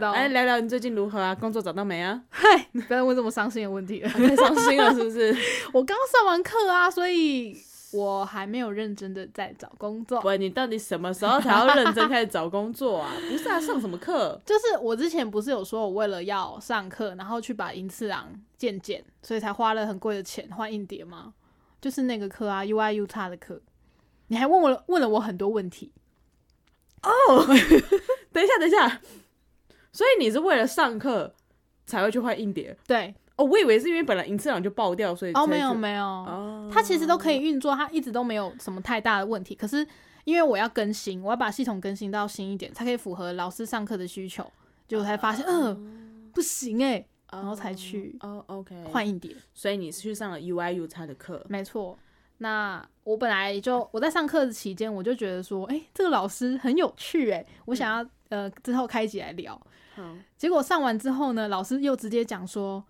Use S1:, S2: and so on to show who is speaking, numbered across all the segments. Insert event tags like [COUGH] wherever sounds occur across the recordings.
S1: 到。
S2: 来哎聊聊你最近如何啊？工作找到没啊？
S1: 不要问这么伤心的问题了。
S2: 太伤心了，是不 [LAUGHS] 是？
S1: [LAUGHS] 我刚上完课啊，所以我还没有认真的在找工作。
S2: 喂，你到底什么时候才要认真开始找工作啊？不是啊，上什么课？
S1: 就是我之前不是有说，我为了要上课，然后去把银次郎鉴检，所以才花了很贵的钱换硬碟吗？就是那个课啊，UI U 叉的课。你还问我了问了我很多问题，
S2: 等一下，等一下，所以你是为了上课才会去换硬碟？
S1: 对，
S2: 哦，我以为是因为本来银次郎就爆掉，所以
S1: 哦，
S2: 才
S1: 没有
S2: 去
S1: 没有，
S2: 哦，
S1: 它其实都可以运作，它一直都没有什么太大的问题。可是因为我要更新，我要把系统更新到新一点，才可以符合老师上课的需求。结果才发现，嗯、不行哎、然后才去
S2: 哦，OK，
S1: 换硬碟。
S2: 所以你是去上了 UIU 叉的课，
S1: 没错。那我本来就我在上课的期间，我就觉得说，哎、这个老师很有趣哎、我想要、呃之后开一集来聊。
S2: 好，
S1: 结果上完之后呢，老师又直接讲说，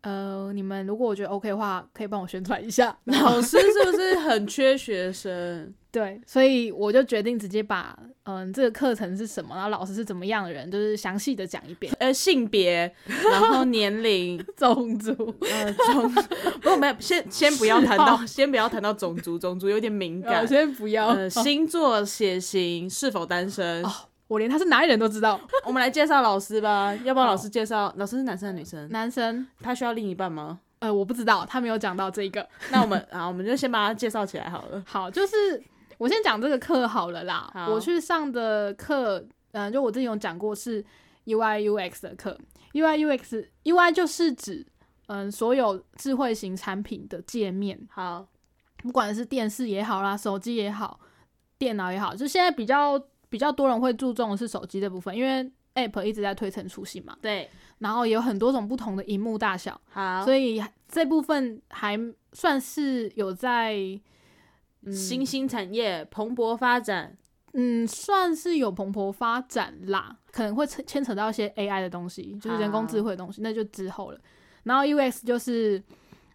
S1: 呃，你们如果我觉得 OK 的话，可以帮我宣传一下。
S2: 老师是不是很缺学生？。
S1: 对，所以我就决定直接把嗯、这个课程是什么，然后老师是怎么样的人，就是详细的讲一遍
S2: 呃，性别，然后年龄，
S1: [LAUGHS] 种 [LAUGHS] 族，
S2: 呃，种族，不过没有，先先不要谈
S1: 哦
S2: 到，先不要谈到种族，种族有点敏感
S1: 我。哦先不要，
S2: 呃，星座、血型、是否单
S1: 哦
S2: 身，
S1: 我连他是哪里人都知道。
S2: 我们来介绍老师吧。要不要
S1: 好
S2: 老师介绍？老师是男生还是女生？
S1: [LAUGHS] 男生，
S2: 他需要另一半吗？
S1: 呃，我不知道，他没有讲到这个。
S2: 那我们 [LAUGHS] 啊，我们就先把他介绍起来好了。
S1: 好，就是我先讲这个课好了啦。
S2: 好
S1: 我去上的课，嗯、就我之前有讲过是 UI UX 的课。UI UX UI 就是指嗯、所有智慧型产品的界面，
S2: 好，
S1: 不管是电视也好啦，手机也好，电脑也好，就现在比较比较多人会注重的是手机这部分，因为 App 一直在推陈出新嘛，
S2: 对，
S1: 然后也有很多种不同的荧幕大小。
S2: 好，
S1: 所以这部分还算是有在，嗯
S2: 新兴产业蓬勃发展，
S1: 嗯，算是有蓬勃发展啦，可能会牵牵扯到一些 AI 的东西，就是人工智慧的东西，那就之后了。然后 UX 就是，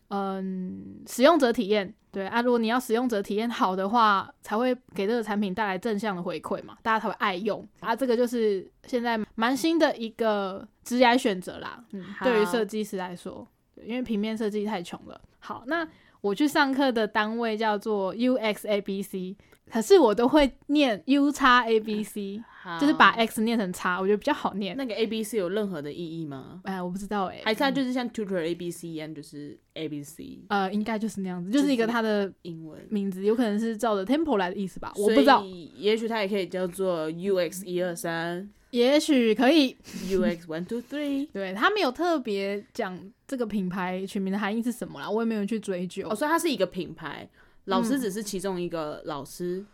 S1: 嗯，使用者体验，对啊，如果你要使用者体验好的话，才会给这个产品带来正向的回馈嘛，大家才会爱用啊。这个就是现在蛮新的一个职业选择啦，嗯，
S2: 好
S1: 对于设计师来说，对因为平面设计太穷了。好，那我去上课的单位叫做 UXABC，可是我都会念 U 叉 ABC，
S2: [LAUGHS] 好，
S1: 就是把 X 念成叉，我觉得比较好念。
S2: 那个 A B C 有任何的意义吗？
S1: 哎，我不知道哎、
S2: 还是它就是像 Tutor A B C 一样，就是 A B C
S1: 呃，应该就是那样子，就是一个
S2: 就是
S1: 它的
S2: 英文？
S1: 名字，有可能是照着 tempo 来的意思吧，我
S2: 所
S1: 不知道
S2: 以，也许它也可以叫做 UX 一二三
S1: 也许可以。
S2: ，UX one two three。
S1: 对他没有特别讲这个品牌取名的含义是什么啦，我也没有去追究
S2: 哦，，所以它是一个品牌，老师
S1: 嗯
S2: 只是其中一个老师。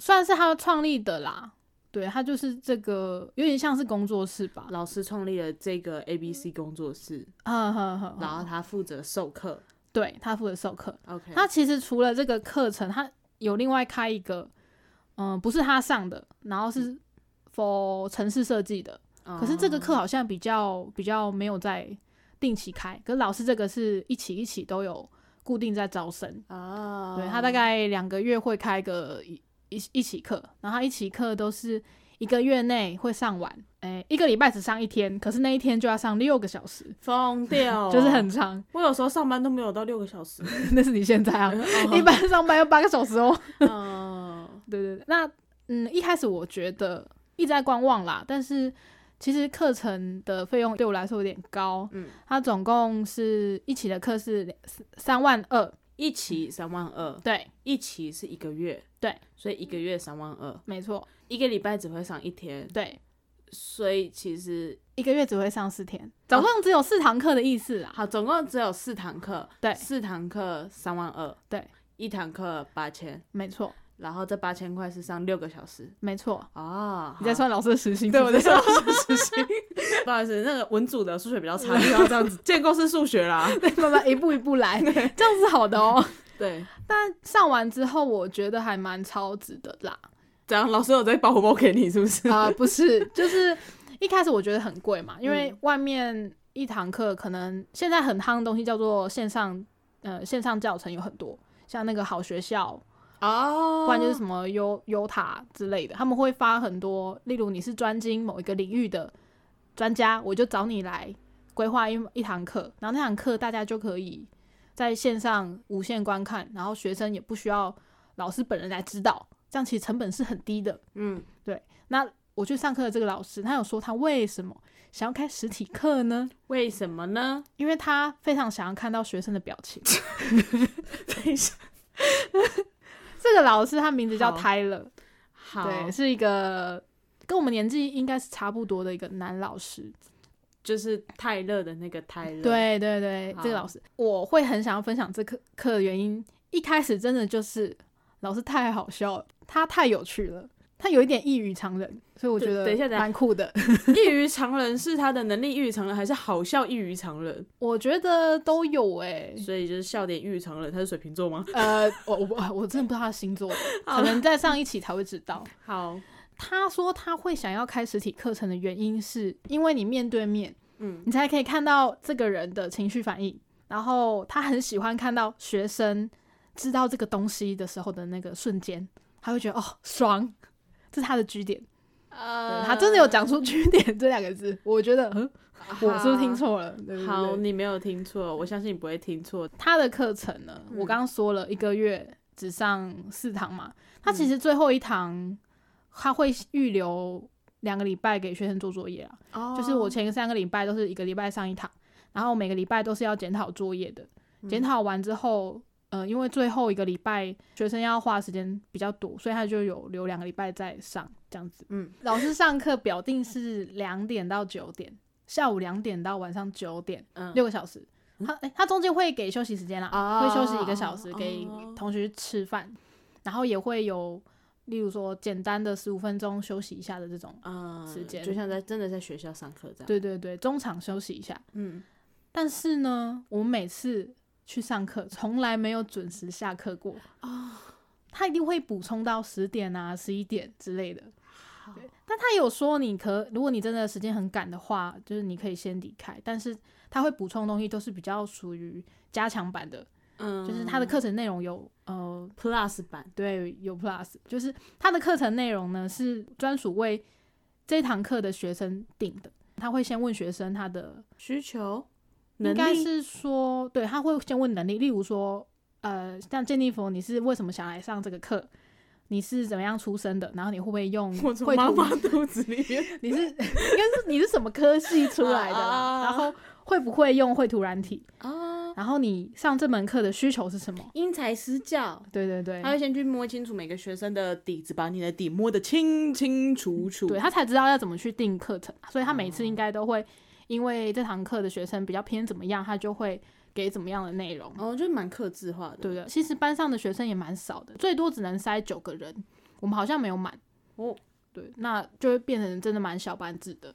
S1: 算是他创立的啦。对他就是这个，有点像是工作室吧。
S2: 老师创立了这个 A B C 工作室，
S1: 嗯哼哼，
S2: 然后
S1: 哼
S2: 他负责授课。
S1: 对他负责授课，
S2: OK，
S1: [LAUGHS] 他其实除了这个课程，他有另外开一个，嗯，不是他上的，然后是 for 城市设计的。
S2: 哦
S1: 可是这个课好像比较比较没有在定期开，可是老师这个是一起一起都有固定在招生，
S2: 啊，
S1: 对他大概两个月会开个一一一起课，然后他一起课都是一个月内会上完，诶、一个礼拜只上一天，可是那一天就要上六个小时，
S2: 疯掉，
S1: [LAUGHS] 就是。很长。
S2: 我有时候上班都没有到六个小
S1: [LAUGHS]
S2: 时，
S1: 那是你现在啊，一般上班要八个小时哦。
S2: 嗯，
S1: [LAUGHS] 对对对，那嗯，一开始我觉得一直在观望啦，但是其实课程的费用对我来说有点高，
S2: 嗯，
S1: 它总共是一起的课是两三万二，
S2: 一期三万二，
S1: 对，
S2: 一期是一个月，
S1: 对，
S2: 所以一个月三万二，
S1: 没错，
S2: 一个礼拜只会上一天，
S1: 对，
S2: 所以其实
S1: 一个月只会上四天，总共只有四堂课的意思啦，
S2: 好，总共只有四堂课，
S1: 对
S2: 四堂课三万二，
S1: 对，
S2: 一堂课八千，
S1: 没错，
S2: 然后这八千块是上六个小时
S1: 没错。
S2: 啊。
S1: 你在
S2: 好
S1: 算老师的时薪？
S2: 对，我在
S1: 说
S2: 说数学，不好意思，那个文组的数学比较差，就要这样子建构式数学啦。
S1: [LAUGHS] 慢慢一步一步 [LAUGHS] 来，这样是好的哦。 [LAUGHS]
S2: 对，
S1: 但上完之后，我觉得还蛮超值的啦。
S2: 这样老师有在包红包给你是不
S1: [LAUGHS]
S2: 是？
S1: 啊、不是，就是一开始我觉得很贵嘛，因为外面一堂课可能现在很夯的东西叫做线上，呃，线上教程有很多，像那个好学校，
S2: 哦
S1: 不然就是什么优优塔之类的，他们会发很多，例如你是专精某一个领域的专家，我就找你来规划一一堂课，然后那堂课大家就可以在线上无限观看，然后学生也不需要老师本人来指导，这样其实成本是很低的。
S2: 嗯，
S1: 那我去上课的这个老师，他有说他为什么想要开实体课呢？
S2: 为什么呢？
S1: 因为他非常想要看到学生的表情。 [LAUGHS]
S2: 等一下，
S1: 这个老师他名字叫
S2: 好
S1: Tyler，
S2: 好，
S1: 对，是一个跟我们年纪应该是差不多的一个男老师。
S2: 就是泰勒的那个泰勒，，
S1: 对对对，这个老
S2: 好
S1: 师，我会很想要分享这课课的原因，一开始真的就是老师太好笑了，他太有趣了，他有一点异于常人，所以我觉
S2: 对等一下
S1: 得
S2: 等一下
S1: 蛮酷的。
S2: 异于常人是他的能力异于常人，还是好笑异于常人？
S1: 我觉得都有哎、
S2: 所以就是笑点异于常人，他是水瓶座吗？
S1: 呃，我我我真的不知道他的星座，
S2: 好
S1: 可能在上一期才会知道。
S2: 好，
S1: 他说他会想要开实体课程的原因，是因为你面对面，
S2: 嗯，
S1: 你才可以看到这个人的情绪反应。然后他很喜欢看到学生知道这个东西的时候的那个瞬间，他会觉得哦爽，这是他的据点。对
S2: 呃
S1: 他真的有讲出“据点”这两个字，我觉得嗯，我是不是听错了？对不
S2: 啊好，
S1: 对？
S2: 你没有听错，我相信你不会听错。
S1: 他的课程呢，
S2: 嗯
S1: 我刚刚说了一个月只上四堂嘛，
S2: 嗯
S1: 他其实最后一堂他会预留两个礼拜给学生做作业啊。
S2: 哦
S1: 就是我前三个礼拜都是一个礼拜上一堂，然后每个礼拜都是要检讨作业的。
S2: 嗯
S1: 检讨完之后，呃，因为最后一个礼拜学生要花时间比较多，所以他就有留两个礼拜再上这样子。
S2: 嗯，
S1: 老师上课表定是两点到九点，下午两点到晚上九点，
S2: 嗯
S1: 六个小时。他诶、他中间会给休息时间啦，
S2: 哦
S1: 会休息一个小时
S2: 哦
S1: 给同学去吃饭，然后也会有，例如说简单的十五分钟休息一下的这种。
S2: 嗯
S1: 时间
S2: 就像在真的在学校上课这样。，
S1: 对对对，中场休息一下。
S2: 嗯，
S1: 但是呢，我每次去上课，从来没有准时下课过。
S2: 哦，
S1: 他一定会补充到十点啊、十一点之类的。对，但他有说你可，如果你真的时间很赶的话，就是你可以先离开。但是他会补充的东西都是比较属于加强版的，
S2: 嗯，
S1: 就是他的课程内容有呃，
S2: Plus 版，
S1: 对，有 plus，就是他的课程内容呢是专属为这堂课的学生定的。他会先问学生他的
S2: 需求
S1: 应
S2: 能
S1: 该
S2: 力
S1: 是说，对，他会先问能力，例如说，呃，像健力佛，你是为什么想来上这个课？你是怎么样出生的？然后你会不会用
S2: 我
S1: 绘
S2: 从妈
S1: 图？
S2: 妈肚子里面，
S1: 你是 [LAUGHS] 应该是你是什么科系出来的
S2: 啊
S1: 啦？然后会不会用绘图软体？
S2: 啊，
S1: 然后你上这门课的需求是什么？
S2: [LAUGHS] 因材施教。
S1: 对对对
S2: 他，会先去摸清楚每个学生的底子，把你的底摸得清清楚楚。
S1: 对他才知道要怎么去定课程，啊所以他每次应该都会因为这堂课的学生比较偏怎么样，他就会给怎么样的内容。
S2: 哦，就是蛮克制化的。
S1: 对不对？其实班上的学生也蛮少的，最多只能塞九个人，我们好像没有满
S2: 哦。
S1: 对，那就会变成真的蛮小班制的。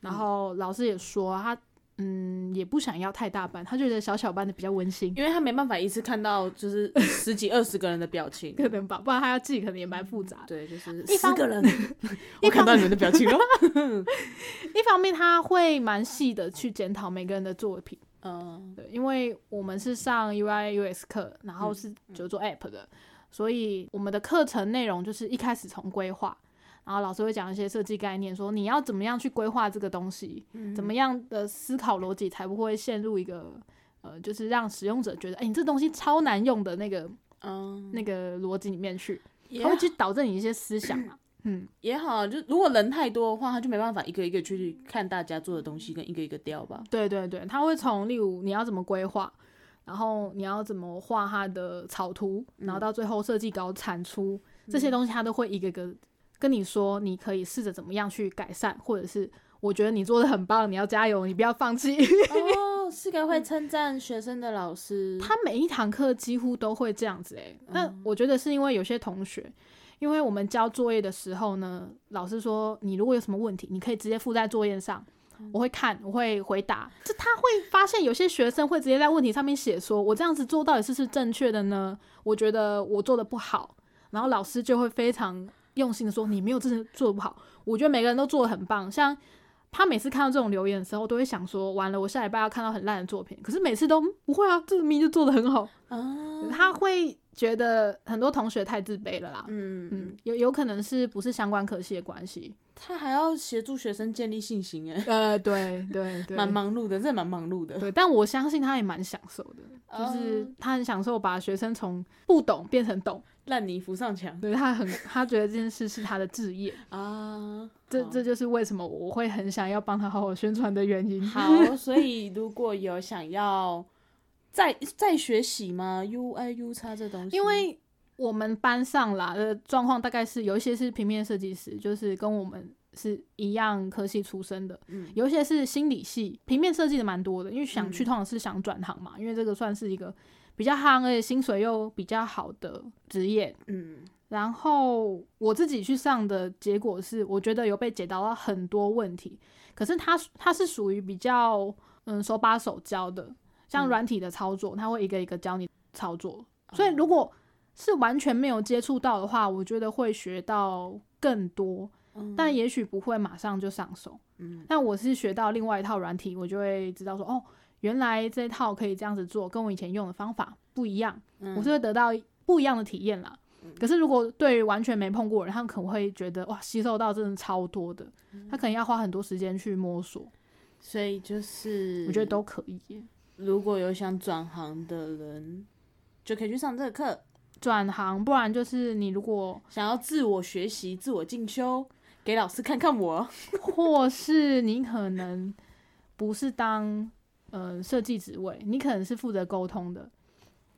S1: 然后老师也说啊他，嗯，也不想要太大班，他就觉得小小班的比较温馨， [LAUGHS]
S2: 因为他没办法一次看到就是十几二十个人的表 [LAUGHS] 情。
S1: 可能吧，不然他要记可能也蛮复杂的。
S2: 对，就是
S1: 一方
S2: 10人， [LAUGHS]
S1: 一
S2: 我
S1: 方
S2: 看到你们的表情了。 [LAUGHS]
S1: 一方面他会蛮细的去检讨每个人的作品，
S2: 嗯，
S1: 对，因为我们是上 UI UX 课，然后是
S2: 嗯
S1: 就做 App 的，所以我们的课程内容就是一开始从规划，然后老师会讲一些设计概念，说你要怎么样去规划这个东西，
S2: 嗯
S1: 怎么样的思考逻辑才不会陷入一个呃，就是让使用者觉得哎、你这东西超难用的那个
S2: 嗯，
S1: 那个逻辑里面去，
S2: 也
S1: 他会去导正你一些思想啊。嗯，
S2: 也好，就如果人太多的话，他就没办法一个一个去看大家做的东西，跟一个一个调 [LAUGHS] 吧。
S1: 对对对，他会从例如你要怎么规划，然后你要怎么画它的草图，然后到最后设计稿产出、这些东西，他都会一个个跟你说，你可以试着怎么样去改善，或者是我觉得你做的很棒，你要加油，你不要放弃。
S2: 哦，是个会称赞学生的老师。
S1: 他每一堂课几乎都会这样子诶、欸那我觉得是因为有些同学。因为我们交作业的时候呢，老师说你如果有什么问题，你可以直接附在作业上，我会看，我会回答。就他会发现有些学生会直接在问题上面写说，我这样子做到底是不是正确的呢？我觉得我做的不好，然后老师就会非常用心的说你没有真的做的不好。我觉得每个人都做的很棒，像他每次看到这种留言的时候，都会想说，完了，我下礼拜要看到很烂的作品。可是每次都嗯不会啊，这个明明就做的很好。
S2: 啊，
S1: 他会觉得很多同学太自卑了啦。
S2: 嗯
S1: 嗯，有有可能是不是相关科系的关系？
S2: 他还要协助学生建立信心， [LAUGHS] 哎，
S1: 呃，对对对
S2: 蛮忙碌的，真的蛮忙 [LAUGHS] 碌的，
S1: 对，但我相信他也蛮享受的，就是
S2: 嗯
S1: 他很享受把学生从不懂变成懂，
S2: 烂泥扶上墙
S1: 对他很他觉得这件事是他的志业，
S2: 啊，
S1: 这
S2: 好
S1: 这就是为什么我会很想要帮他好好宣传的原因。
S2: 好，所以如果有想要再再学习吗？U I U 叉这东西，
S1: 因为我们班上啦的状况大概是有一些是平面设计师，就是跟我们是一样科系出身的，
S2: 嗯
S1: 有一些是心理系，平面设计的蛮多的，因为想去
S2: 嗯
S1: 通常是想转行嘛，因为这个算是一个比较夯而且薪水又比较好的职业。
S2: 嗯
S1: 然后我自己去上的结果是，我觉得有被解答到很多问题，可是它它是属于比较嗯手把手教的，像
S2: 嗯
S1: 软体的操作，它会一个一个教你操作，所以
S2: 哦
S1: 如果是完全没有接触到的话，我觉得会学到更多，
S2: 嗯
S1: 但也许不会马上就上手。
S2: 嗯
S1: 但我是学到另外一套软体，我就会知道说，哦，原来这一套可以这样子做，跟我以前用的方法不一样，
S2: 嗯
S1: 我是会得到不一样的体验啦。可是如果对于完全没碰过的人，他们可能会觉得哇，吸收到真的超多的，
S2: 嗯
S1: 他可能要花很多时间去摸索。
S2: 所以就是
S1: 我觉得都可以耶
S2: 如果有想转行的人，就可以去上这个课。
S1: 转行，不然就是你如果
S2: 想要自我学习、自我进修，给老师看看我。
S1: 或是你可能不是当呃设计职位，你可能是负责沟通的。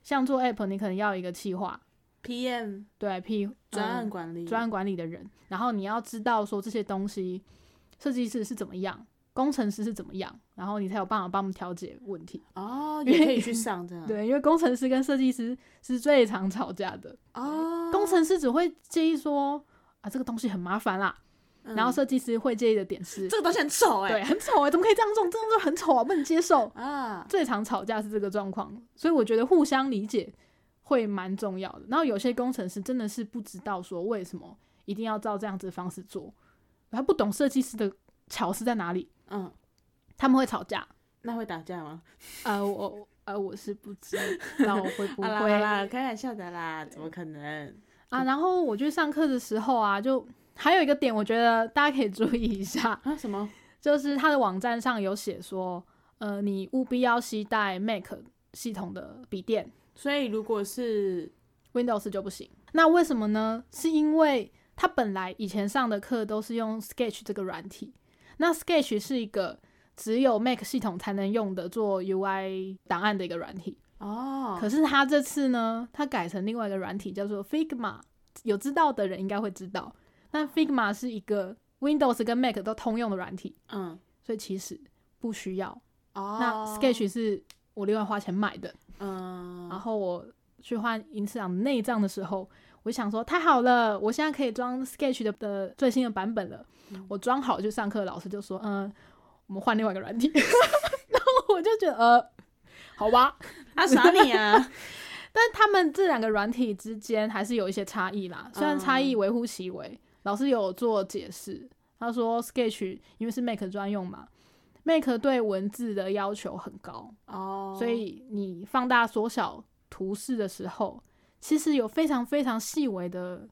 S1: 像做 app，你可能要有一个企划，
S2: PM
S1: 对 P
S2: 专案
S1: 嗯
S2: 管理，
S1: 专案管理的人，然后你要知道说这些东西设计师是怎么样，工程师是怎么样，然后你才有办法帮他们调解问题。
S2: 哦，也可以去上这样。
S1: [LAUGHS] 对，因为工程师跟设计师是最常吵架的，
S2: 哦，
S1: 工程师只会介意说啊这个东西很麻烦啦，
S2: 嗯
S1: 然后设计师会介意的点是
S2: 这个东西很丑哎、
S1: 对，很丑哎、怎么可以这样用？这样就很丑啊，不能接受。
S2: 啊，
S1: 最常吵架是这个状况，所以我觉得互相理解会蛮重要的。然后有些工程师真的是不知道说为什么一定要照这样子的方式做，他不懂设计师的巧思在哪里，
S2: 嗯，
S1: 他们会吵架。
S2: 那会打架吗？
S1: 呃，我呃我是不知 [LAUGHS] 道会不
S2: 好啦
S1: 会
S2: 好
S1: 啊
S2: 啦，开玩笑的啦，怎么可能？
S1: 然后我去上课的时候啊，就还有一个点，我觉得大家可以注意一下，
S2: 啊什么？
S1: 就是它的网站上有写说，呃，你务必要携带 Mac 系统的笔电
S2: 所以如果是
S1: ，Windows 就不行。那为什么呢？是因为它本来以前上的课都是用 Sketch 这个软体，那 Sketch 是一个只有 Mac 系统才能用的做 UI 档案的一个软体。
S2: 哦，
S1: 可是它这次呢，它改成另外一个软体叫做 Figma，有知道的人应该会知道。那 Figma 是一个 Windows 跟 Mac 都通用的软体，
S2: 嗯，
S1: 所以其实不需要。
S2: 哦，
S1: 那 Sketch 是我另外花钱买的，
S2: 嗯，
S1: 然后我去换银次郎内账的时候，我想说太好了，我现在可以装 Sketch 的的最新的版本了。
S2: 嗯
S1: 我装好就上课，老师就说，嗯，我们换另外一个软体。 [LAUGHS] 然后我就觉得，呃，好吧，
S2: 啊傻你
S1: [LAUGHS]
S2: 啊，
S1: 但他们这两个软体之间还是有一些差异啦，虽然差异
S2: 嗯
S1: 微乎其微，老师有做解释，他说 Sketch 因为是 Mac 专用嘛，Mac 对文字的要求很高，
S2: 哦，
S1: 所以你放大缩小图示的时候，其实有非常非常细微的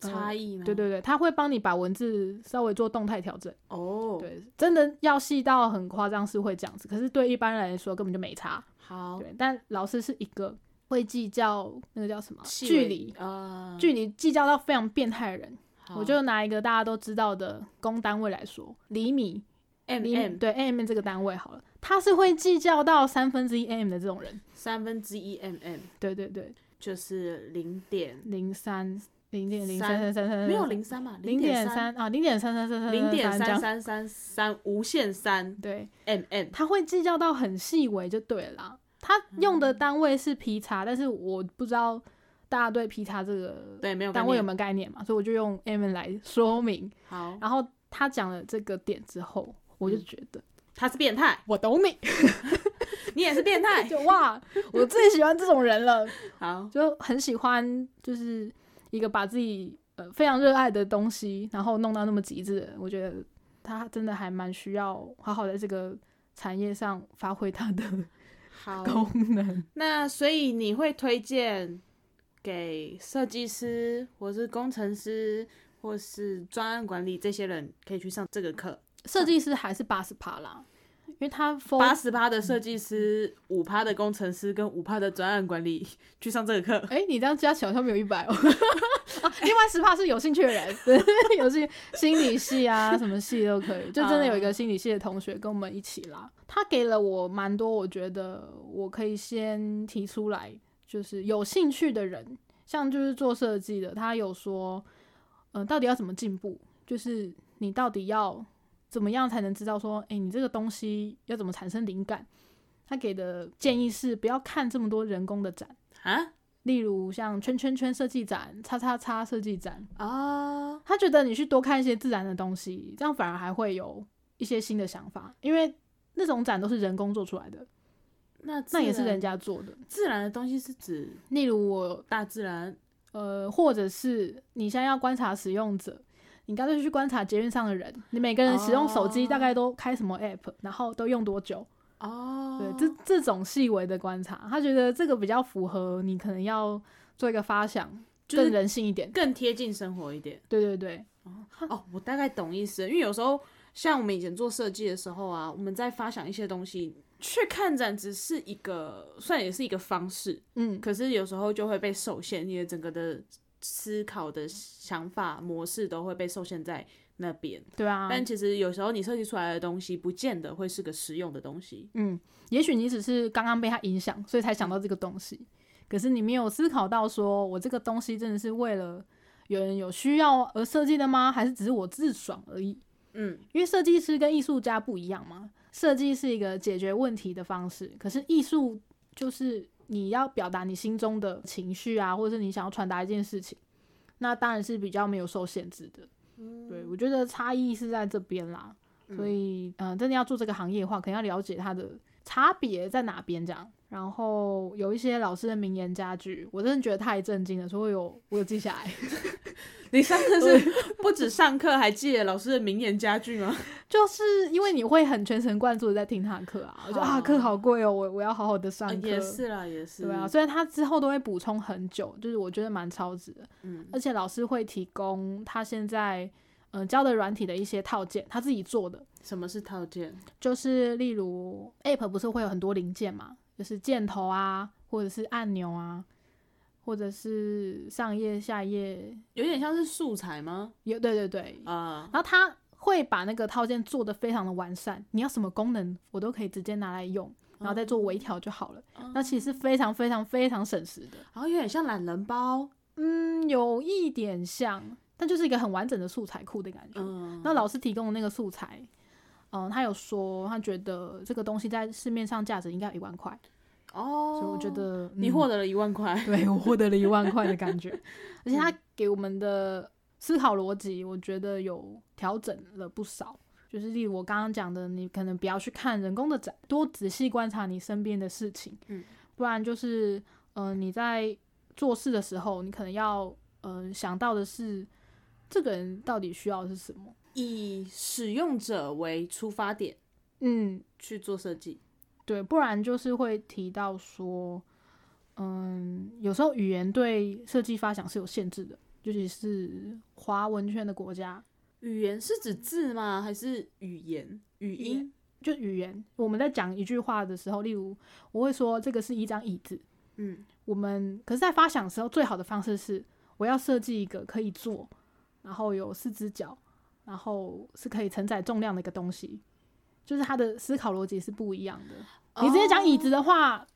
S1: 呃
S2: 差异吗？
S1: 对对对，它会帮你把文字稍微做动态调整。
S2: 哦，
S1: 对，真的要细到很夸张是会这样子，可是对一般人来说根本就没差。
S2: 好，
S1: 对，但老师是一个会计较那个叫什么
S2: 细
S1: 距
S2: 微
S1: 离。
S2: 啊，
S1: 距离计较到非常变态的人，
S2: 好
S1: 我就拿一个大家都知道的公单位来说，厘米，
S2: M
S1: 厘
S2: M
S1: 米对 mm 这个单位好了，他是会计较到三分之一 mm 的这种人，
S2: 三分之一 M M
S1: 对对对，
S2: 就是零点，
S1: 零三零点零三三三三，
S2: 没有零三嘛，
S1: 嗯零
S2: 点
S1: 点，三啊，零点三三三嗯三
S2: 零点
S1: 这
S2: 三
S1: 样。
S2: 三三三无限三 M，M，
S1: 对，
S2: M M
S1: 他会计较到很细微就对了啦。他用的单位是劈叉，但是我不知道大家对劈叉这个
S2: 对，没有概
S1: 单位有
S2: 念
S1: 没有概念嘛，所以我就用 mm 来说明。
S2: 好，
S1: 然后他讲了这个点之后，我就
S2: 嗯
S1: 觉得、
S2: 他是变态，
S1: 我懂你，
S2: 你也是
S1: [LAUGHS]
S2: 变态，
S1: 就哇，我最喜欢这种人了。
S2: 好，
S1: 就很喜欢，就是一个把自己呃非常热爱的东西，然后弄到那么极致的，我觉得它真的还蛮需要好好在这个产业上发挥它的
S2: 好，
S1: 功能。
S2: 那所以你会推荐给设计师，或是工程师，或是专案管理这些人可以去上这个课？
S1: [LAUGHS] 设计师还是八十趴啦，因为他 f
S2: 八十趴的设计师，五趴的工程师，跟五趴的专案管理去上这个课。
S1: 哎、你这样加起来好像没有一百哦。 [LAUGHS] 啊另外十趴是有兴趣的人， [LAUGHS] 对，有兴心理系啊，什么系都可以。就真的有一个心理系的同学跟我们一起啦，他给了我蛮多，我觉得我可以先提出来，就是有兴趣的人，像就是做设计的，他有说，嗯、到底要怎么进步？就是你到底要怎么样才能知道说，哎、你这个东西要怎么产生灵感？他给的建议是不要看这么多人工的展。
S2: 啊
S1: 例如像圈圈圈设计展、叉叉叉设计展，
S2: 啊！
S1: 他觉得你去多看一些自然的东西，这样反而还会有一些新的想法，因为那种展都是人工做出来的，
S2: 那自
S1: 那也是
S2: 然
S1: 人家做的。
S2: 自然的东西是指
S1: 例如我，
S2: 大自然
S1: 呃，或者是你现在要观察使用者，你干脆去观察捷运上的人，你每个人使用手机
S2: 哦
S1: 大概都开什么 app，、然后都用多久，
S2: 哦。
S1: 对，这这种细微的观察，他觉得这个比较符合你可能要做一个发想，
S2: 就
S1: 更
S2: 是
S1: 人性一点。
S2: 更贴近生活一点。
S1: 对对对，
S2: 哦，我大概懂意思了，因为有时候像我们以前做设计的时候啊，我们在发想一些东西，去看展只是一个，算也是一个方式，
S1: 嗯，
S2: 可是有时候就会被受限，你的整个的思考的想法模式都会被受限在那边。
S1: 对啊。
S2: 但其实有时候你设计出来的东西，不见得会是个实用的东西。
S1: 嗯，也许你只是刚刚被他影响，所以才想到这个东西，可是你没有思考到，说我这个东西真的是为了有人有需要而设计的吗？还是只是我自爽而已？
S2: 嗯，
S1: 因为设计师跟艺术家不一样嘛，设计是一个解决问题的方式，可是艺术就是你要表达你心中的情绪啊，或者是你想要传达一件事情，那当然是比较没有受限制的。对，我觉得差异是在这边啦，所以嗯、呃真的要做这个行业的话，可能要了解它的差别在哪边这样。然后有一些老师的名言佳句，我真的觉得太震惊了，所以我有我有记下来。
S2: 你上课是不止上课，还记得老师的名言佳句吗？
S1: 就是因为你会很全神贯注的在听他的课啊，我觉得啊
S2: 好
S1: 课好贵哦，我我要好好的上
S2: 啊
S1: 课。
S2: 也是啦，也是。
S1: 对啊，，虽然他之后都会补充很久，就是我觉得蛮超值的，
S2: 嗯，
S1: 而且老师会提供他现在嗯、呃教的软体的一些套件，他自己做的，
S2: 什么是套件？
S1: 就是例如 App 不是会有很多零件嘛，就是箭头啊，或者是按钮啊，或者是上页下页，
S2: 有点像是素材吗？
S1: 有对对对，
S2: 啊、
S1: 然后他会把那个套件做的非常的完善，你要什么功能我都可以直接拿来用，
S2: 哦
S1: 然后再
S2: 嗯
S1: 做微调就好了。那其实是非常非常非常省时的，
S2: 然后有点像懒人包。
S1: 嗯，有一点像，但就是一个很完整的素材库的感觉。
S2: 嗯，
S1: 那老师提供的那个素材，嗯，他有说他觉得这个东西在市面上价值应该有一万块，
S2: 哦，
S1: 所以我觉得、
S2: 你
S1: 嗯
S2: 获得了一万块。
S1: 对我获得了一万块的感觉，而且他给我们的思考逻辑，我觉得有调整了不少。就是例如我刚刚讲的，你可能不要去看人工的展，多仔细观察你身边的事情，
S2: 嗯，
S1: 不然就是，嗯、你在做事的时候，你可能要，嗯、想到的是这个人到底需要的是什么，
S2: 以使用者为出发点
S1: 嗯，
S2: 去做设计。
S1: 对，不然就是会提到说，嗯，有时候语言对设计发想是有限制的，尤其是华文圈的国家，
S2: 语言是指字吗？还是语言、
S1: 语
S2: 语
S1: 言
S2: 音？
S1: 就语言，我们在讲一句话的时候，例如我会说这个是一张椅子，
S2: 嗯，
S1: 我们可是，在发想的时候，最好的方式是我要设计一个可以坐，然后有四只脚，然后是可以承载重量的一个东西，就是它的思考逻辑是不一样的。你直接
S2: 哦
S1: 讲椅子的话，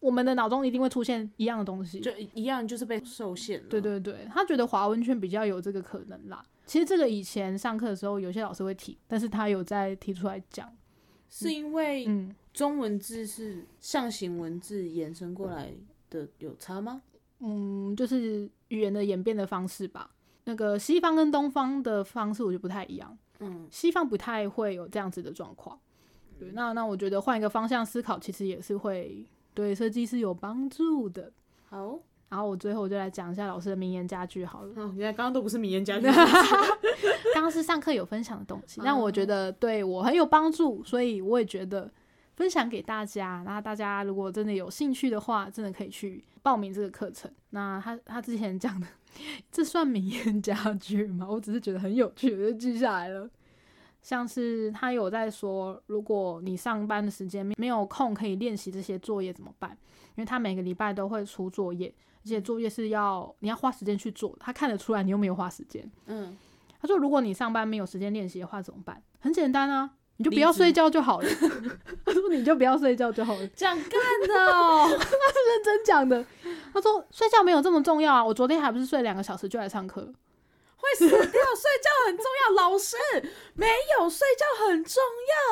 S1: 我们的脑中一定会出现一样的东西。
S2: 就一样，就是被受限了。
S1: 对，对对，他觉得华文圈比较有这个可能啦。其实这个以前上课的时候，有些老师会提，但是他有在提出来讲。
S2: 是因为
S1: 嗯，
S2: 中文字是象形文字延伸过来的，有差吗？
S1: 嗯，就是语言的演变的方式吧。那个西方跟东方的方式，我就不太一样。
S2: 嗯，
S1: 西方不太会有这样子的状况。对，那那我觉得换一个方向思考，其实也是会对设计是有帮助的。
S2: 好。
S1: 哦然后我最后就来讲一下老师的名言佳句好了。
S2: 嗯，原来刚刚都不是名言佳句。
S1: 刚刚是上课有分享的东西，但我觉得对我很有帮助，所以我也觉得分享给大家。那大家如果真的有兴趣的话，真的可以去报名这个课程。那他他之前讲的，这算名言佳句吗？我只是觉得很有趣，我就记下来了。像是他有在说，如果你上班的时间没有空可以练习这些作业怎么办？因为他每个礼拜都会出作业，而且作业是要你要花时间去做的，他看得出来你又没有花时间。
S2: [LAUGHS] 嗯，
S1: 他说，如果你上班没有时间练习的话怎么办？很简单啊，你就不
S2: 离
S1: 要
S2: 职
S1: 睡觉就
S2: [LAUGHS]
S1: 好了。他说你就不要睡觉就好了，
S2: 这样干的哦，
S1: 认真讲的。他说睡觉没有这么重要啊，我昨天还不是睡两个小时就来上课了。
S2: 会死掉。睡觉很重要，老师没有睡觉很重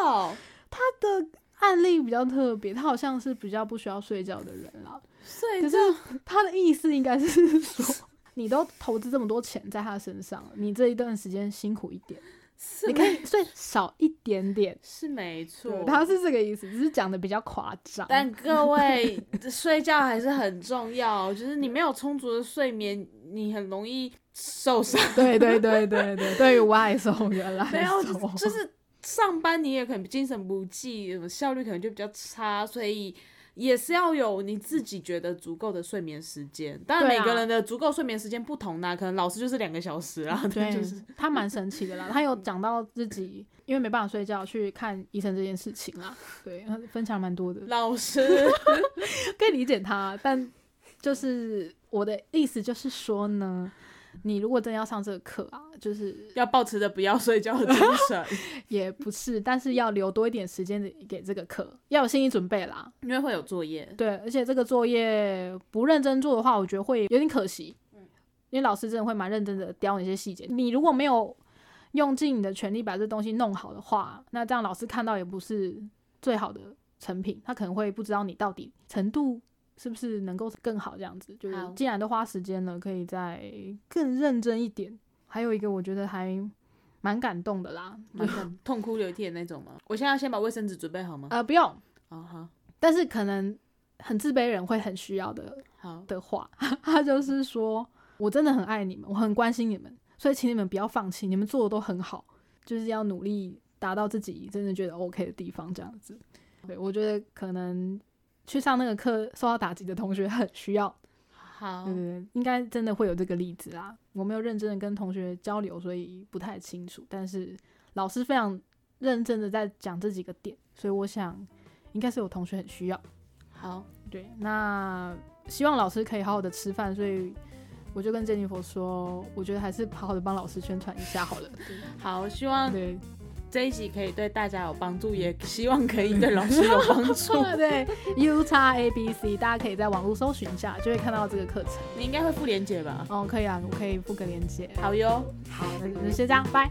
S2: 要。
S1: 他的案例比较特别，他好像是比较不需要睡觉的人啦。
S2: 睡
S1: 可
S2: 觉
S1: 是他的意思应该是说，你都投资这么多钱在他身上了，你这一段时间辛苦一点，
S2: 是
S1: [LAUGHS] 你可以睡少一点点。
S2: 是没错
S1: 对，，他是这个意思，只是讲的比较夸张。
S2: 但各位睡觉还是很重要，就是你没有充足的睡眠，你很容易受伤。
S1: [LAUGHS] 对对对对对，对于外送原来
S2: 没有，就
S1: 送
S2: 是就是上班你也可能精神不济，效率可能就比较差，所以也是要有你自己觉得足够的睡眠时间。当然，
S1: 对啊
S2: 每个人的足够睡眠时间不同啦、可能老师就是两个小时啊，
S1: 对，
S2: 就是
S1: 他蛮神奇的啦。他有讲到自己因为没办法睡觉去看医生这件事情
S2: [LAUGHS]
S1: 啦，对，他分享蛮多的，
S2: 老师
S1: 可以理解他，但就是我的意思就是说呢，你如果真的要上这个课啊，就是
S2: 要保持着不要睡觉的精神，
S1: 也不是，但是要留多一点时间给这个课，要有心理准备啦。
S2: 因为会有作业。
S1: 对，而且这个作业不认真做的话，我觉得会有点可惜。
S2: 嗯
S1: 因为老师真的会蛮认真的雕你一些细节，你如果没有用尽你的全力把这东西弄好的话，那这样老师看到也不是最好的成品，他可能会不知道你到底程度是不是能够更好这样子。就是
S2: 好
S1: 既然都花时间了，可以再更认真一点。还有一个我觉得还蛮感动的啦，
S2: 蛮痛痛哭流涕的那种吗？我现在要先把卫生纸准备好吗？
S1: 呃，不用，
S2: 好好
S1: 但是可能很自卑人会很需要的
S2: 好，
S1: 的话，他就是说我真的很爱你们，我很关心你们，所以请你们不要放弃，你们做的都很好，就是要努力达到自己真的觉得 OK 的地方，这样子。对我觉得可能去上那个课受到打击的同学很需要，
S2: 好
S1: 对对对，应该真的会有这个例子啦。我没有认真的跟同学交流，所以不太清楚，但是老师非常认真的在讲这几个点，所以我想应该是有同学很需要。
S2: 好，
S1: 对，那希望老师可以好好的吃饭，所以我就跟 Jennifer 说，我觉得还是好好的帮老师宣传一下好了。
S2: 好，希望
S1: [LAUGHS] 对，
S2: 这一集可以对大家有帮助，也希望可以对老师有帮助。
S1: 对，U [LAUGHS] x A B C，大家可以在网络搜寻一下，就会看到这个课程。
S2: 你应该会附链接吧？
S1: 哦，可以啊，我可以附个链接。
S2: 好哟。
S1: 好，那就先这样，拜。